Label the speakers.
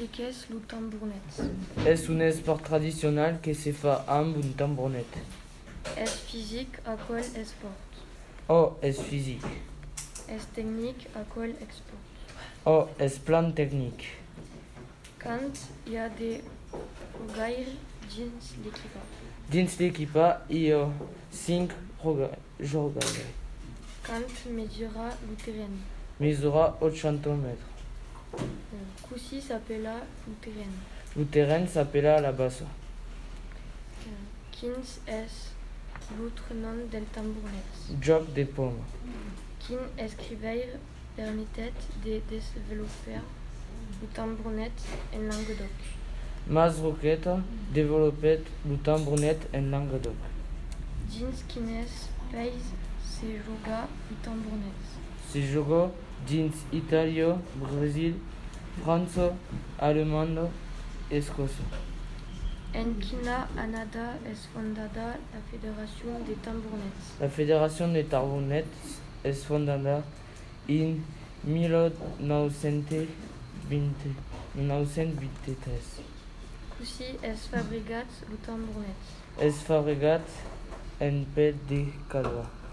Speaker 1: Dekez Lutambournetz.
Speaker 2: Es un sport tradicional que se fait amb un tambouret.
Speaker 1: Es physique à col esport.
Speaker 2: O es physique.
Speaker 1: Es technique à col export.
Speaker 2: O es plan technique.
Speaker 1: Quand il y a des gair dins l'équipe.
Speaker 2: Dins l'equipa hi ha 5 jugadors.
Speaker 1: Quand mesura le terrain.
Speaker 2: Misura 80 mètres.
Speaker 1: Euh, Koussi s'appela le terrain.
Speaker 2: Le terrain s'appelle la bassa.
Speaker 1: Euh, Kins es l'autre nom del tambournetz.
Speaker 2: Joc de pomme.
Speaker 1: Quin escrivaire permettait de développer le tambournet en Languedoc.
Speaker 2: Mas Roqueta développait le tambouret en Languedoc.
Speaker 1: Dins quines pays se joga le tambournet.
Speaker 2: Se jugó dins Italia, Brésil, France, Allemagne, Escocia.
Speaker 1: En quina anada es fondada la Fédération des tambournets.
Speaker 2: La Fédération des Tarbonnets est fondée en 1920 1923.
Speaker 1: Coussi es fabricat le tambournet.
Speaker 2: Es fabricat en paix de Calva.